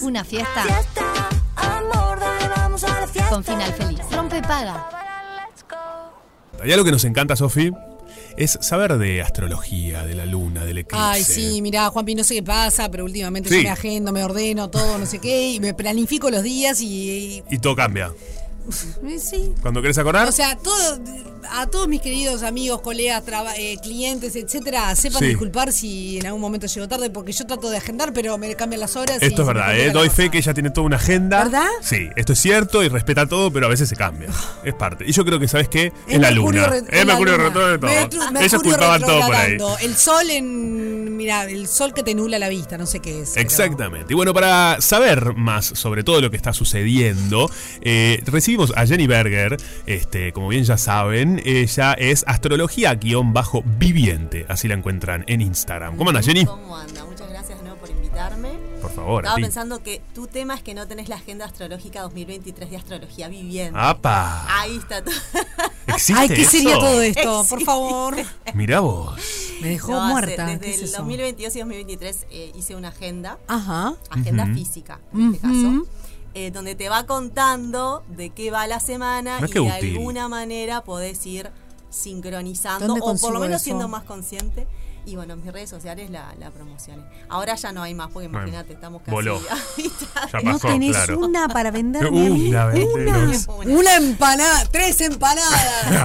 Una fiesta. Fiesta, amor, dale, vamos a la fiesta. Con final feliz. Rompe paga. Allá lo que nos encanta, Sofi, es saber de astrología, de la luna, del eclipse. Ay, sí, mirá, Juanpi, no sé qué pasa, pero últimamente Sí. yo me agendo, me ordeno todo, no sé qué, y me planifico los días y. Y todo cambia. y- eh, sí. Cuando querés acordar, O sea, todo, a todos mis queridos amigos, colegas, traba- eh, clientes, etcétera, sepan Sí. disculpar si en algún momento llego tarde, porque yo trato de agendar, pero me cambian las horas. y esto es se me verdad, complica ¿eh? la Doy cosa. fe que ella tiene toda una agenda. ¿Verdad? Sí, esto es cierto y respeta todo, pero a veces se cambia. Es parte. Y yo creo que, ¿sabes qué? Es, Es la Mercurio luna. re- Es la Mercurio luna. retrógrado de todo. Mercurio- Mercurio Ellos culpaban todo por ahí. retrogradando. El sol en. Mira, el sol que te nula la vista, no sé qué es. pero- Exactamente. Y bueno, para saber más sobre todo lo que está sucediendo, eh, recibimos a Jenny Berger, este, como bien ya saben, ella es astrología-viviente, así la encuentran en Instagram. ¿Cómo anda Jenny? ¿Cómo anda? Muchas gracias de nuevo por invitarme. Por favor, a Estaba ti. pensando que tu tema es que no tenés la agenda astrológica 2023 de astrología Ah. viviente. ¡Apa! Ahí está todo. ¿Existe Ay, ¿qué eso? sería todo esto? Existe. Por favor. Mirá vos. Me dejó No, hace- muerta. ¿qué desde es el eso? 2022 y 2023 eh, hice una agenda, Ajá. agenda física en este caso, eh, donde te va contando de qué va la semana Mirá y qué de útil. alguna manera podés ir sincronizando ¿Dónde o por consigo lo menos eso? siendo más consciente. Y bueno, en mis redes sociales la, la promocioné. Ahora ya no hay más, porque Bueno, imagínate, estamos casi voló. a mitad Ya No pasó, tenés claro. una para vender. Una, vendenos. Una empanada, tres empanadas.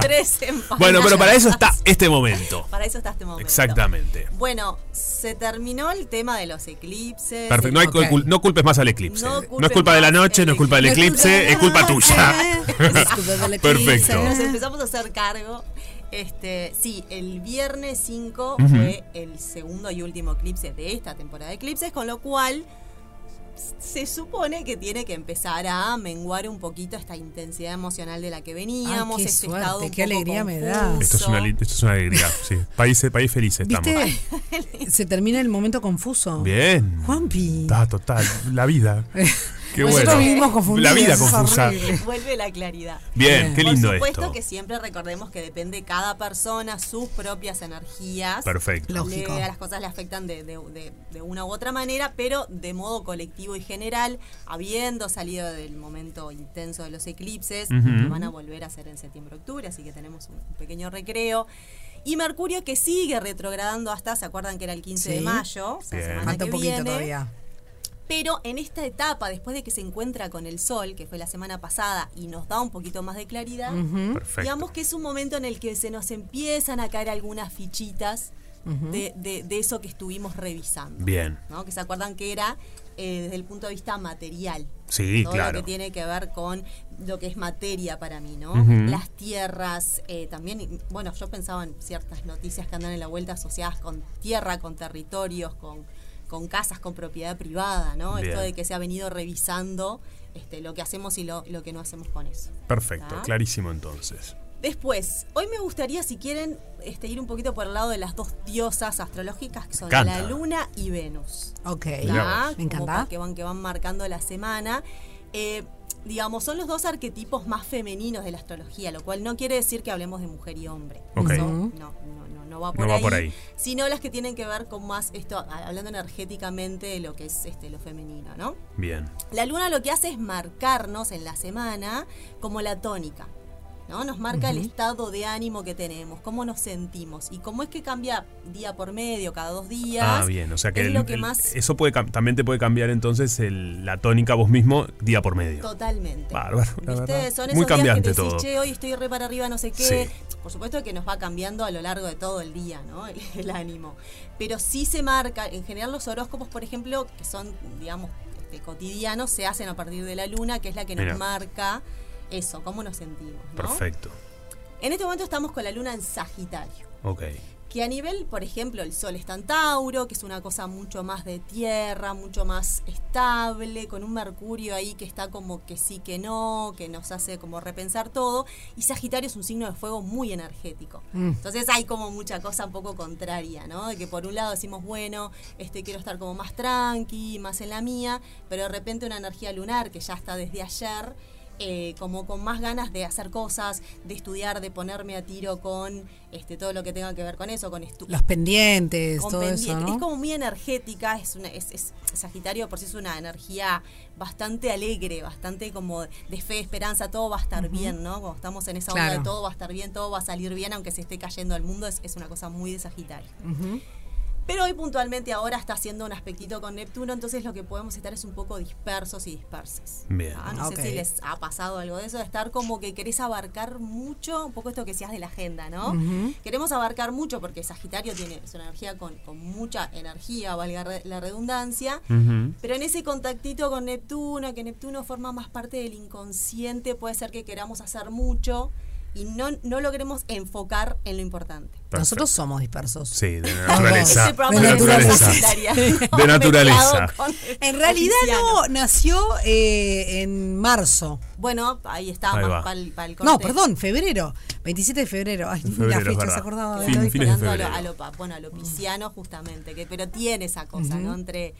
Tres empanadas. Bueno, pero para eso está este momento. Para eso está este momento. Exactamente. Bueno, se terminó el tema de los eclipses. Perfecto, no, hay, Ok. cul- no culpes más al eclipse. No No es culpes culpa de la más noche, el no es culpa del No es culpa de eclipse, la es culpa noche. tuya. Es culpa del eclipse. Perfecto. Nos empezamos a hacer cargo. Este, sí, el viernes 5 fue el segundo y último eclipse de esta temporada de eclipses, con lo cual se supone que tiene que empezar a menguar un poquito esta intensidad emocional de la que veníamos, Ay, qué este suerte, estado un qué poco alegría me da. confuso. Esto es, una, li- esto es una alegría, sí. País, país feliz estamos. ¿Viste? Se termina el momento confuso. Bien. Juanpi. Ah, total. La vida. Qué Nosotros bueno. vivimos confundidos, La vida es confusa. horrible. Vuelve la claridad. Bien, qué lindo Por supuesto esto. que siempre recordemos que depende de cada persona, sus propias energías. Perfecto. Lo- Le- Lógico. a las cosas le afectan de, de- de- de una u otra manera, pero de modo colectivo y general, habiendo salido del momento intenso de los eclipses, que van a volver a ser en septiembre-octubre, así que tenemos un, un pequeño recreo. Y Mercurio que sigue retrogradando hasta, ¿se acuerdan que era el 15 de Sí. mayo? O sea, Bien. semana Falta un que poquito viene. todavía. Pero en esta etapa, después de que se encuentra con el sol, que fue la semana pasada, y nos da un poquito más de claridad, ¿Mm? Perfecto. digamos que es un momento en el que se nos empiezan a caer algunas fichitas de, de- de eso que estuvimos revisando. Bien. ¿no? Que se acuerdan que era eh, desde el punto de vista material. Sí, Todo claro. lo que tiene que ver con lo que es materia para mí, ¿no? Ujú. Las tierras, eh, también, bueno, yo pensaba en ciertas noticias que andan en la vuelta asociadas con tierra, con territorios, con, con casas, con propiedad privada, ¿no? Bien. Esto de que se ha venido revisando este, lo que hacemos y lo, lo que no hacemos con eso. Perfecto. ¿Ah? Clarísimo entonces. Después, hoy me gustaría, si quieren, este, ir un poquito por el lado de las dos diosas astrológicas, que son Me encanta. la Luna y Venus. Ok. Mirá vos. ¿tá? Me Como encanta. pa- Que van, que van marcando la semana. Eh, digamos, son los dos arquetipos más femeninos de la astrología, lo cual no quiere decir que hablemos de mujer y hombre. Ok. Eso No, no, no, no va, por, No va ahí, por ahí. Sino las que tienen que ver con más esto, a- hablando energéticamente de lo que es este, lo femenino, ¿no? Bien. La luna lo que hace es marcarnos en la semana como la tónica. ¿no? Nos marca el estado de ánimo que tenemos, cómo nos sentimos y cómo es que cambia día por medio, cada dos días. Ah, bien. O sea que, es el- lo que el- más eso puede cam- también te puede cambiar entonces el- la tónica vos mismo día por medio. Totalmente. Bárbaro, la ¿Viste? verdad. Son Muy esos cambiante días que te decís, todo. che, hoy estoy re para arriba, no sé qué. Sí. Por supuesto que nos va cambiando a lo largo de todo el día, ¿no? El, el ánimo. Pero sí se marca, en general los horóscopos, por ejemplo, que son, digamos, este, cotidianos, se hacen a partir de la luna, que es la que nos Mirá. marca eso, cómo nos sentimos. ¿no? Perfecto. En este momento estamos con la luna en Sagitario Ok. que a nivel, por ejemplo, el Sol está en Tauro, que es una cosa mucho más de tierra, mucho más estable, con un Mercurio ahí que está como que sí, que no, que nos hace como repensar todo, y Sagitario es un signo de fuego muy energético. Entonces hay como mucha cosa un poco contraria, ¿no? De que por un lado decimos, bueno, este quiero estar como más tranqui, más en la mía, pero de repente una energía lunar que ya está desde ayer eh, como con más ganas de hacer cosas, de estudiar, de ponerme a tiro con este, todo lo que tenga que ver con eso, con estudios Los pendientes, todo compendiente. eso, ¿no? Es como muy energética, es una, es, es- Sagitario por sí es una energía bastante alegre, bastante como de fe, esperanza, todo va a estar bien, ¿no? Cuando estamos en esa onda Claro. de todo va a estar bien, todo va a salir bien, aunque se esté cayendo el mundo, es, es una cosa muy de Sagitario. Ujú. Pero hoy puntualmente ahora está haciendo un aspectito con Neptuno, entonces lo que podemos estar es un poco dispersos y dispersos. Bien. Ah, no Ok. sé si les ha pasado algo de eso, de estar como que querés abarcar mucho, un poco esto que decías de la agenda, ¿no? Ujú. Queremos abarcar mucho porque Sagitario tiene es una energía con, con mucha energía, valga re- la redundancia, Ujú. pero en ese contactito con Neptuno, que Neptuno forma más parte del inconsciente, puede ser que queramos hacer mucho y no, no logremos enfocar en lo importante. Nosotros somos dispersos. Sí, de Los dos. naturaleza. Este programa de es naturaleza. sagitaria. De naturaleza. Mezclado con En realidad pisciano. no, nació eh, en marzo. Bueno, ahí está, Ahí va. más para el, No, perdón, febrero. 27 de febrero. Ay, Febrero, es la fecha verdad. se acordaba de Fin- hoy. fines de a lo, febrero. a lo pa- bueno, a lo pisciano justamente, que, pero tiene esa cosa, ¿no? Entre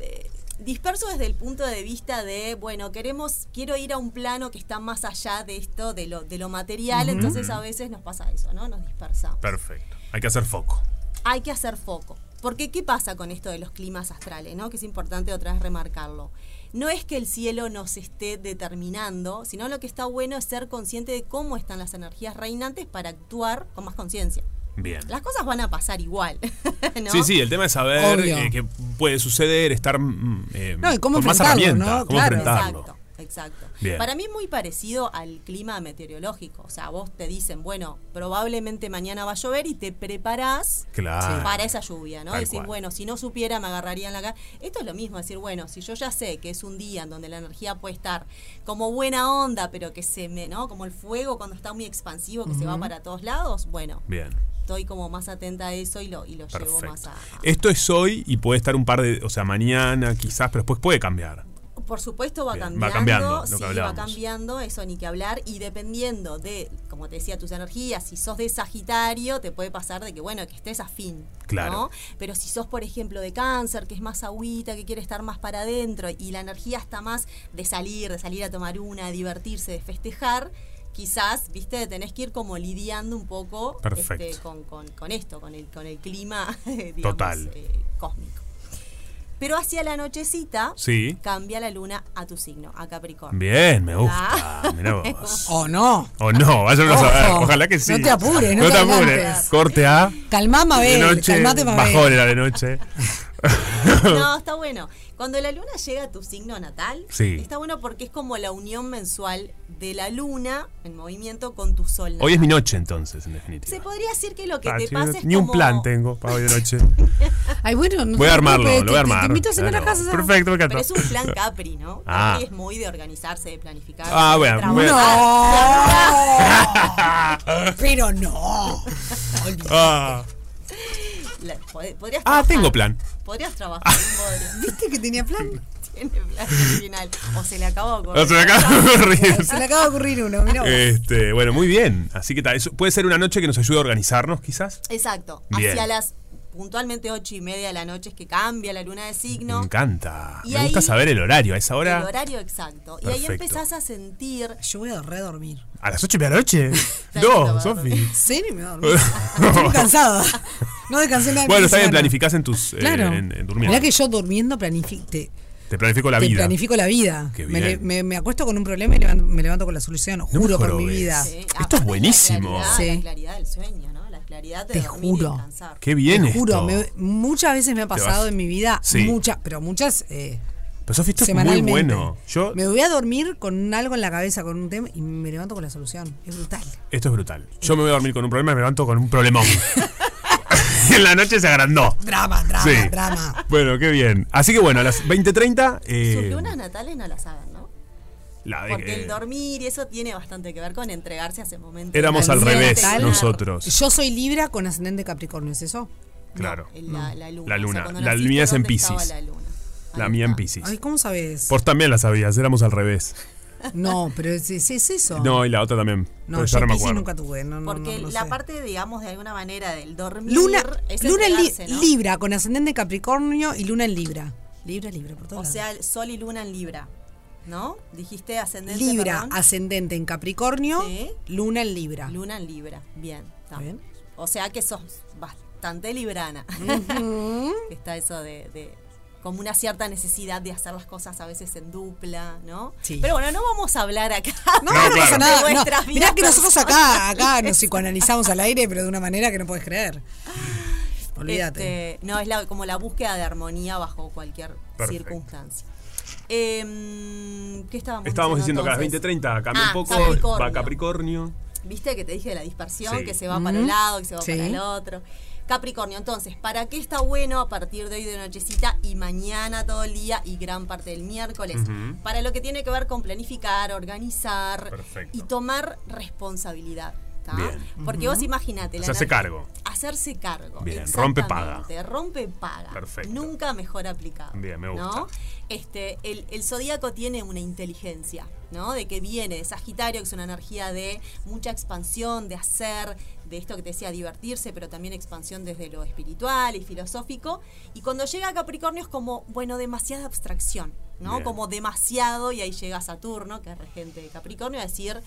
eh, disperso desde el punto de vista de, bueno, queremos, quiero ir a un plano que está más allá de esto, de lo, de lo material, entonces a veces nos pasa eso, ¿no? Nos dispersamos. Perfecto. Hay que hacer foco. Hay que hacer foco. Porque ¿qué pasa con esto de los climas astrales, ¿no? Que es importante otra vez remarcarlo. No es que el cielo nos esté determinando, sino lo que está bueno es ser consciente de cómo están las energías reinantes para actuar con más conciencia Bien. las cosas van a pasar igual. ¿no? Sí, sí, el tema es saber Obvio. eh, qué puede suceder, estar mm, eh, No, y cómo con más enfrentarlo, herramientas, ¿no? cómo Claro. enfrentarlo. Exacto, exacto. Bien. Para mí es muy parecido al clima meteorológico. O sea, vos te dicen, bueno, probablemente mañana va a llover y te preparás Claro. para esa lluvia, ¿no? Tal Decir, cual. bueno, si no supiera me agarrarían la cara. Esto es lo mismo, decir, bueno, si yo ya sé que es un día en donde la energía puede estar como buena onda, pero que se me, ¿no? Como el fuego cuando está muy expansivo, que se va para todos lados, bueno, Bien. estoy como más atenta a eso y lo, y lo llevo más Perfecto. Eh, a- a, Esto es hoy y puede estar un par de, o sea, mañana quizás, pero después puede cambiar. Por supuesto va Bien, va cambiando, cambiando, lo sí, que va hablábamos. cambiando, eso ni que hablar, y dependiendo de, como te decía, tus energías, si sos de Sagitario, te puede pasar de que, bueno, que estés afín, Claro. ¿no? Pero si sos, por ejemplo, de cáncer, que es más agüita, que quiere estar más para adentro, y la energía está más de salir, de salir a tomar una, de divertirse, de festejar, quizás, viste, tenés que ir como lidiando un poco Perfecto. este, con, con- con esto, con el, con el clima, digamos, Total. eh, cósmico. Pero hacia la nochecita, Sí. cambia la luna a tu signo, a Capricornio. Bien, me gusta. Mirá vos. O no. O no, váyanlo a saber. Ah. Ojo. Ojalá que sí. No te apures, no No te te apures. adelantes. Corte A. Calmá, De Mabel. noche. Calmate, Mabel. Bajón era de noche. No, está bueno. Cuando la luna llega a tu signo natal, Sí. está bueno porque es como la unión mensual de la luna en movimiento con tu sol. natal. Hoy es mi noche entonces, en definitiva. Se podría decir que lo que Ah, te sí, pasa es Ni un como- plan tengo para hoy de noche. Ay, bueno, no Voy te a armarlo, preocupes, lo voy a te- te- armar. Te invito a cenar a Claro. casa. Sara. Perfecto, me encanta. Pero es un plan Capri, ¿no? Ah. Capri es muy de organizarse, de planificar. Ah, de bueno, trabajar. bueno. No. Pero no. Ah, La- pod- podrías Ah, trabajar. tengo plan. Podrías trabajar un bodrio. ¿Viste que tenía plan? Tiene plan al final. O se le acabó con. no se me acaba de ocurrir. Se le acaba de ocurrir uno, mirá. vos. Este, bueno, muy bien. Así que ta, eso puede ser una noche que nos ayude a organizarnos, quizás. Exacto. Bien. Hacia las puntualmente ocho y media de la noche es que cambia la luna de signo. Me encanta. Y me gusta ahí- saber el horario. A esa hora. El horario exacto. Y ahí Perfecto. empezás a sentir. Yo voy a redormir. A las 8 de la noche. lindo, no, va, Sofi. Serio, me voy a dormir. Estoy muy cansada. No descansé nada. el fin Bueno, de está bien, semana. planificás en tus. eh, Claro. en- en durmiendo. Mirá que yo durmiendo planifi- te, Te planifico la te vida. planifico la vida. Qué Me, le- bien. me- me acuesto con un problema y levanto- me levanto con la solución. Juro por mi jorobes. vida. Sí. Esto es eh, aparte la buenísimo. claridad, Sí. La claridad del sueño, ¿no? La claridad de Te dormir y juro. descansar. Qué bien Te juro, esto. me- muchas veces me ha pasado vas. en mi vida, Sí. muchas, pero muchas eh, Pero Sofi, esto es muy semanalmente. bueno. Yo, Me voy a dormir con algo en la cabeza, con un tema, y me levanto con la solución. Es brutal. Esto es brutal. Yo me voy a dormir con un problema y me levanto con un problemón. en la noche se agrandó. Drama, drama, Sí. drama. Bueno, qué bien. Así que bueno, a las 20.30. eh, Sus lunas natales no las hagan, ¿no? la de- Porque eh, el dormir y eso tiene bastante que ver con entregarse a ese momento. Éramos La al luna revés natal. nosotros. Yo soy Libra con ascendente Capricornio, ¿es eso? Claro. No, La, Mm. La la luna. O sea, luna. cuando la naciste, mía es en ¿dónde estaba Pisces. La, luna? Ahí La mía en está. Pisces. Ay, ¿cómo sabes? Vos también la sabías, éramos al revés. No, pero es, es- es eso. No, y la otra también. No, pero yo ya no me Piscis acuerdo. nunca tuve. No, no, Porque Mm, no, no la sé. parte, digamos, de alguna manera del dormir Luna, es luna en li- entregarse, ¿no? Libra con ascendente Capricornio y Luna en Libra. Libra, Libra, por todos O lados. sea, el sol y luna en Libra. ¿no? Dijiste ascendente. Libra, perdón. ascendente en Capricornio, Sí. Luna en Libra. Luna en Libra. Bien. Ah. está. Bien. O sea que sos bastante librana. Está eso de, de- como una cierta necesidad de hacer las cosas a veces en dupla, ¿no? Sí. Pero bueno, no vamos a hablar acá. No, no, pasa claro. nada. De no. nuestras Mirá vidas este, que nosotros acá, acá nos personales. psicoanalizamos al aire, pero de una manera que no puedes creer. Olvídate. Este, no, es la- como la búsqueda de armonía bajo cualquier Perfecto. circunstancia. Em, ¿Qué estábamos Estábamos diciendo que a las entonces? 20.30 cambia Ah, un poco, Capricornio. va Capricornio. ¿Viste que te dije de la dispersión? Sí. Que se va para un lado, que se va Sí. para el otro. Capricornio, entonces, ¿para qué está bueno a partir de hoy de nochecita y mañana todo el día y gran parte del miércoles? Ujú. Para lo que tiene que ver con planificar, organizar Perfecto. y tomar responsabilidad. ¿tá? Bien. Porque vos imagínate. la Hacerse energía- cargo. Hacerse cargo. Bien, rompe paga. exactamente, Rompe paga. Perfecto. Nunca mejor aplicado. Bien, me gusta. ¿no? Este, el, el zodíaco tiene una inteligencia, ¿no? De que viene de Sagitario, que es una energía de mucha expansión, de hacer, de esto que te decía, divertirse, pero también expansión desde lo espiritual y filosófico. Y cuando llega a Capricornio es como, bueno, demasiada abstracción, ¿no? Bien. Como demasiado, y ahí llega Saturno, que es regente de Capricornio, a decir.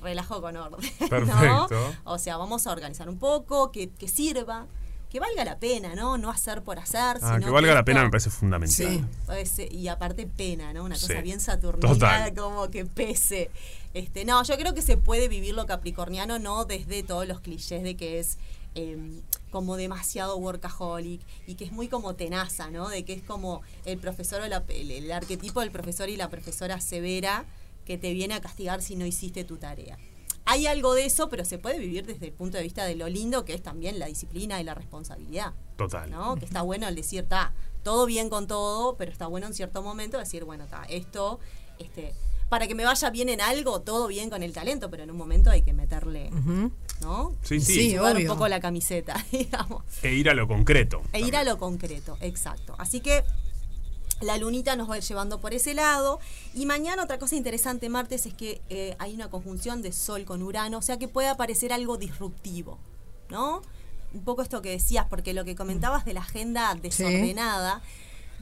Relajo con orden. ¿no? Perfecto. O sea, vamos a organizar un poco, que, que sirva, que valga la pena, ¿no? No hacer por hacer. Ah, sino que valga la esto- pena me parece Este, fundamental. Sí. es- y aparte pena, ¿no? Una cosa Sí. bien saturnina, Total. como que pese. Este, no, yo creo que se puede vivir lo capricorniano, no desde todos los clichés de que es eh, como demasiado workaholic y que es muy como tenaza, ¿no? De que es como el profesor o la- el, el arquetipo del profesor y la profesora severa que te viene a castigar si no hiciste tu tarea. Hay algo de eso, pero se puede vivir desde el punto de vista de lo lindo que es también la disciplina y la responsabilidad. Total. ¿no? Que está bueno el decir, está todo bien con todo, pero está bueno en cierto momento decir, bueno, está esto, este, para que me vaya bien en algo, todo bien con el talento, pero en un momento hay que meterle, Ujú. ¿no? Sí, sí. Sí, Sudar un obvio. poco la camiseta, digamos. E ir a lo concreto. E ir a lo concreto, exacto. Así que la lunita nos va a ir llevando por ese lado. Y mañana otra cosa interesante, martes, es que eh, hay una conjunción de Sol con Urano, o sea que puede aparecer algo disruptivo, ¿no? Un poco esto que decías, porque lo que comentabas de la agenda desordenada.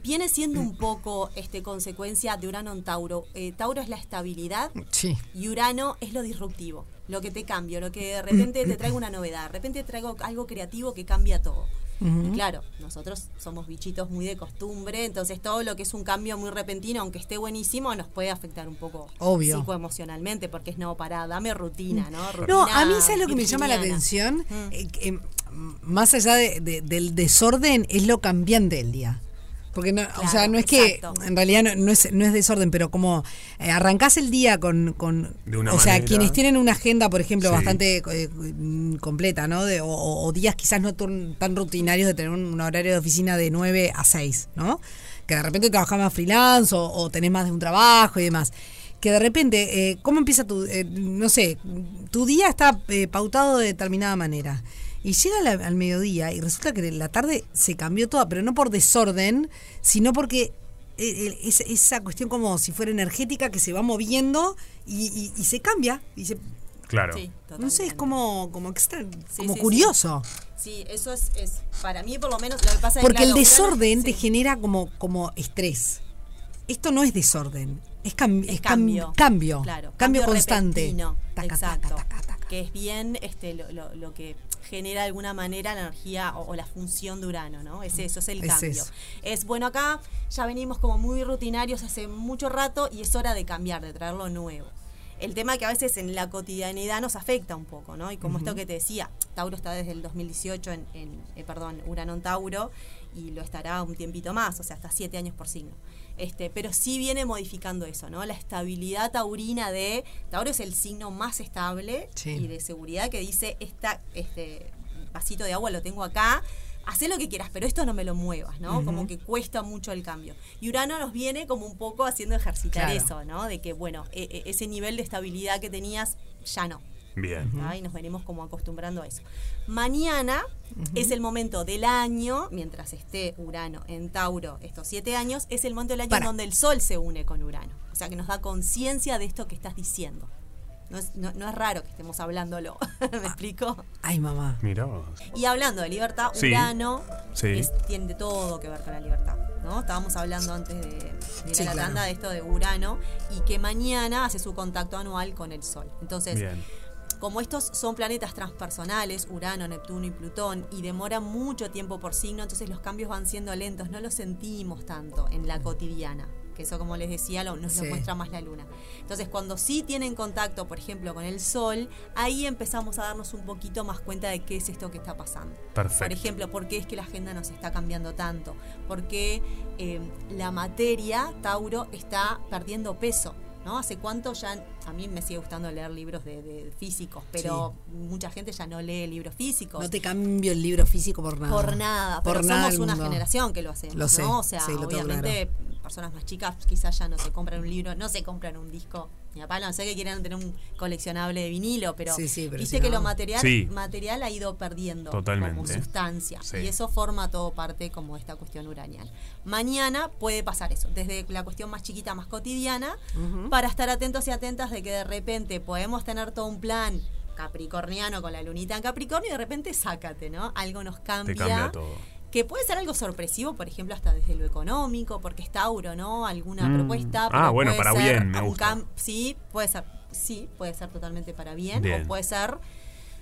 Viene siendo un poco este, consecuencia de Urano en Tauro. Eh, Tauro es la estabilidad Sí. y Urano es lo disruptivo, lo que te cambio, lo que de repente te traigo una novedad, de repente te traigo algo creativo que cambia todo. Y claro, nosotros somos bichitos muy de costumbre, entonces todo lo que es un cambio muy repentino, aunque esté buenísimo, nos puede afectar un poco Obvio. psicoemocionalmente, porque es no pará, dame rutina, ¿no? No, Rutina a mí, ¿sabes lo que me llama la virginiana. atención? Mm. Eh, que, eh, más allá de- de- del desorden, es lo cambiante del día. Porque, no, o sea, Claro, no es que, exacto. en realidad no, no es, no es desorden, pero como eh, arrancás el día con... con- De una o sea, manera. quienes tienen una agenda, por ejemplo, Sí. bastante eh, mm, completa, ¿no? De- o, o- o días quizás no tan, tan rutinarios de tener un, un horario de oficina de 9 a 6, ¿no? Que de repente trabajás más freelance o, o tenés más de un trabajo y demás. Que de repente, eh, ¿cómo empieza tu, eh, no sé, tu día está eh, pautado de determinada manera? Y llega la- al mediodía y resulta que la tarde se cambió toda, pero no por desorden, sino porque eh, eh, es- esa cuestión como si fuera energética que se va moviendo y, y- y se cambia. Y se, Claro. Sí, no sé, es totalmente. como, como, extra- como sí, curioso. Sí, eso es, es, para mí por lo menos, lo que pasa es Porque claro, el Urano- desorden te sí. genera como, como estrés. Esto no es desorden, es, cam- es es cam- cambio. Cambio, Claro, cambio constante. repentino. Taca, taca, Exacto. taca, taca. Que es bien este, lo, lo- lo que genera de alguna manera la energía o, o la función de Urano, ¿no? Es eso, es el Mm, Es cambio. eso. Es bueno, acá ya venimos como muy rutinarios hace mucho rato y es hora de cambiar, de traer lo nuevo. El tema que a veces en la cotidianidad nos afecta un poco, ¿no? Y como esto que te decía, Tauro está desde el 2018 en, en- eh, perdón, Urano en Tauro y lo estará un tiempito más, o sea, hasta siete años por signo. Este, pero sí viene modificando eso, ¿no? La estabilidad taurina de Tauro es el signo más estable Sí. y de seguridad que dice esta, este vasito de agua lo tengo acá. Hacé lo que quieras, pero esto no me lo muevas, ¿no? Como que cuesta mucho el cambio. Y Urano nos viene como un poco haciendo ejercitar Claro. eso, ¿no? De que, bueno, e- e- ese nivel de estabilidad que tenías, ya no. Bien. ¿tá? y nos venimos como acostumbrando a eso. Mañana es el momento del año, mientras esté Urano en Tauro estos siete años, es el momento del año Para. en donde el Sol se une con Urano. O sea que nos da conciencia de esto que estás diciendo. No es, no- no es raro que estemos hablándolo, ¿me explico? Ay, mamá. Mirá vos. Y hablando de libertad, Sí. Urano Sí. es- tiene todo que ver con la libertad, ¿no? Estábamos hablando antes de, de ir Sí, a la claro. tanda de esto de Urano y que mañana hace su contacto anual con el Sol. Entonces, Bien. como estos son planetas transpersonales, Urano, Neptuno y Plutón, y demoran mucho tiempo por signo, entonces los cambios van siendo lentos, no los sentimos tanto en la cotidiana. Que eso, como les decía, lo- nos Sí. lo muestra más la luna. Entonces, cuando sí tienen contacto, por ejemplo, con el Sol, ahí empezamos a darnos un poquito más cuenta de qué es esto que está pasando. Por Perfecto. ejemplo, ¿por qué es que la agenda nos está cambiando tanto? ¿Por qué eh, la materia, Tauro, está perdiendo peso? ¿no? ¿Hace cuánto ya, a mí me sigue gustando leer libros de, de físicos, pero mucha gente ya no lee libros físicos. No te cambio el libro físico por nada. Por nada, por pero nada somos del una mundo. generación que lo hacemos, Lo sé, ¿no? O sea, sí, lo tengo obviamente personas más chicas quizás ya no se compran un libro, no se compran un disco. Mi papá no sé que quieran tener un coleccionable de vinilo, pero, Sí, sí, pero viste si que no- lo material, Sí. material ha ido perdiendo como Totalmente. sustancia. Sí. Y eso forma todo parte como de esta cuestión uraniana. Mañana puede pasar eso, desde la cuestión más chiquita, más cotidiana, para estar atentos y atentas de que de repente podemos tener todo un plan capricorniano con la lunita en Capricornio y de repente sácate, ¿no? Algo nos cambia. Te cambia todo. Que puede ser algo sorpresivo, por ejemplo, hasta desde lo económico, porque es Tauro, ¿no? Alguna Mm. propuesta. Ah, pero bueno, puede para ser bien, me un gusta. cam- Sí, puede ser. Sí, puede ser totalmente para bien, Bien. O puede ser.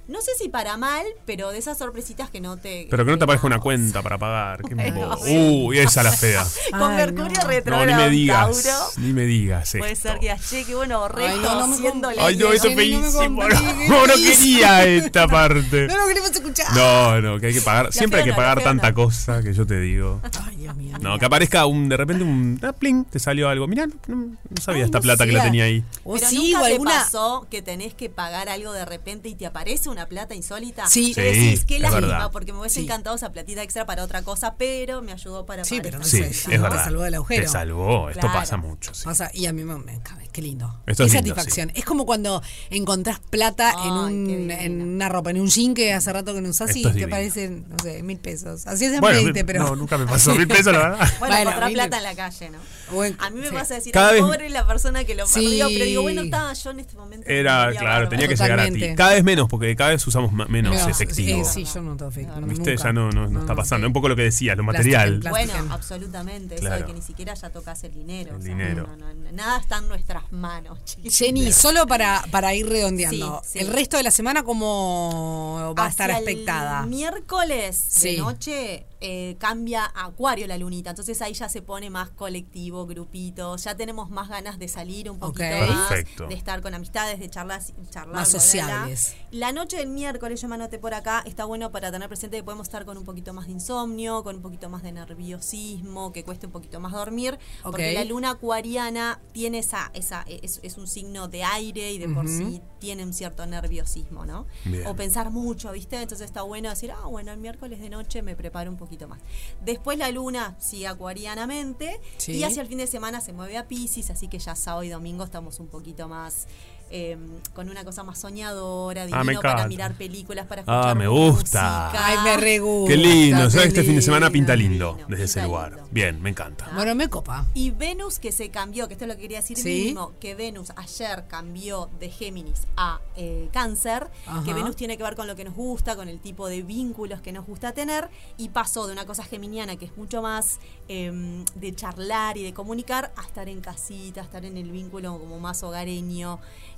No sé si para mal, pero de esas sorpresitas que no te. Pero que no te aparezca una no, cuenta para pagar. Qué bobo. sí. Uy, esa la fea. Con Ay, Mercurio no. No, retrógrado ni me en digas. Tauro, Ni me digas. Puede esto. ser que digas, che, qué bueno, borré Ay, no, no me haciéndole. con- Ay, no, esto es Ay, no me feísimo. No, compré, no, no qué quería esta parte. No lo queremos escuchar. Eh. No, no, que hay que pagar. Siempre hay que peona, la pagar peona. tanta cosa que yo te digo. Ay, Dios mío. No, que aparezca un, de repente un ah, pling, te salió algo. Mirá, no, no sabía Ah, esta plata que la tenía ahí. O Pero sí, nunca o te alguna. pasó que tenés que pagar algo de repente y te aparece una plata insólita. Sí. Que decís, Sí, qué es lástima, verdad. porque me hubiese Sí. encantado esa platita extra para otra cosa, pero me ayudó para Sí, pagar pero no esta Sí, sé, cuenta, es ¿no? te verdad. salvó del agujero. Te salvó. Esto Claro. pasa mucho. sí. Pasa- y a mí me, me cabe, qué lindo. Esto qué es lindo, satisfacción. Es como cuando encontrás plata Ay, en, un, qué en divino. una ropa, en un jean que hace rato que no usás Esto y es te divino. aparecen, no sé, mil pesos. Así es de Bueno, 20, pero. no, nunca me pasó mil pesos, la verdad. Bueno, Bueno, encontrar viste. plata en la calle, ¿no? O en- A mí me sí. pasa decir, Cada vez- ay, pobre la persona que lo Sí. perdió, pero digo, bueno, estaba yo en este momento. Era, tenía claro, bárbaro. tenía que llegar a ti. Totalmente. Cada vez menos, porque cada vez usamos ma- menos Pero, efectivo. eh, sí, yo no tengo efectivo. ¿Viste? nunca. Ya no, no, no está pasando. Un poco lo que decías, lo Plástico, material. plástico. Bueno, Plástica. absolutamente, eso Claro. de que ni siquiera ya tocas el dinero. El o sea, dinero. no, no, no, nada está en nuestras manos, chiquis. Jenny, solo para, para ir redondeando, Sí, sí. el resto de la semana como va a estar Hacia el aspectada. miércoles Sí. de noche eh, cambia a Acuario la lunita, entonces ahí ya se pone más colectivo, grupito, ya tenemos más ganas de salir un poquito Ok. más, Perfecto. de estar con amistades, de charlas, charlar, Más bla, bla, bla. sociables. La noche del miércoles, yo me anoté por acá, está bueno para tener presente que podemos estar con un poquito más de insomnio, con un poquito más de nerviosismo, que cueste un poquito más dormir, porque Ok. la luna acuariana tiene esa, esa es, es un signo de aire y de por sí tiene un cierto nerviosismo, ¿no? Bien. O pensar mucho, ¿viste? Entonces está bueno decir, ah, bueno, el miércoles de noche me preparo un poquito más. Después la luna sigue acuarianamente Sí. y hacia el fin de semana se mueve a Pisces, así que ya sábado y domingo estamos un poquito más... eh, con una cosa más soñadora, divino Ah, me para encanta. mirar películas, para escuchar Ah, me gusta. música. Ay, me regusta. Qué lindo. ¿sabes? Este qué fin de semana lindo. pinta lindo Divino, desde ese pinta lugar. lindo. Bien, me encanta. Bueno, me copa. Y Venus que se cambió, que esto es lo que quería decir Sí. mínimo, que Venus ayer cambió de Géminis a eh, Cáncer, Ajá. que Venus tiene que ver con lo que nos gusta, con el tipo de vínculos que nos gusta tener, y pasó de una cosa geminiana que es mucho más em, de charlar y de comunicar, a estar en casita, a estar en el vínculo como más hogareño,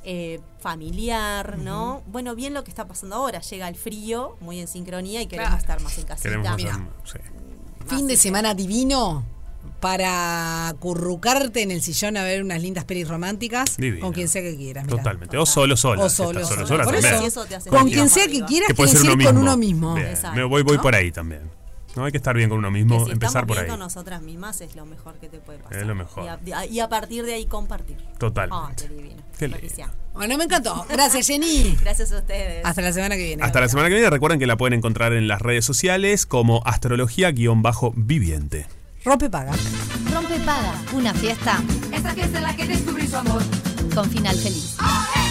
eh, familiar, ¿no? Bueno, bien lo que está pasando ahora, llega el frío, muy en sincronía, y queremos Claro. estar más en casita. Queremos hacer- mira. sí. Fin de semana divino para currucarte en el sillón a ver unas lindas pelis románticas Divino. con quien sea que quieras. mirá. Totalmente. O solo, sola. O si estás solo, solo, sola. sola Por también. eso, Eso te hace con sentir quien más sea que arriba. quieras, que puede quieres ser ir uno mismo. con uno mismo. Bien, Exacto. me voy, voy por ahí también. No hay que estar bien con uno mismo, Que si empezar estamos por bien ahí. con nosotras mismas es lo mejor que te puede pasar. Es lo mejor. Y a, de- a- y a partir de ahí compartir. Ah, Totalmente. qué divino. Qué lindo. Patricia. Bueno, me encantó. Gracias, Jenny. Gracias a ustedes. Hasta la semana que viene. Hasta la semana que viene, recuerden que la pueden encontrar en las redes sociales como astrología-viviente. Rope paga. Rompe paga. Una fiesta Esta fiesta es la que descubrí su amor. con final feliz. ¡Olé!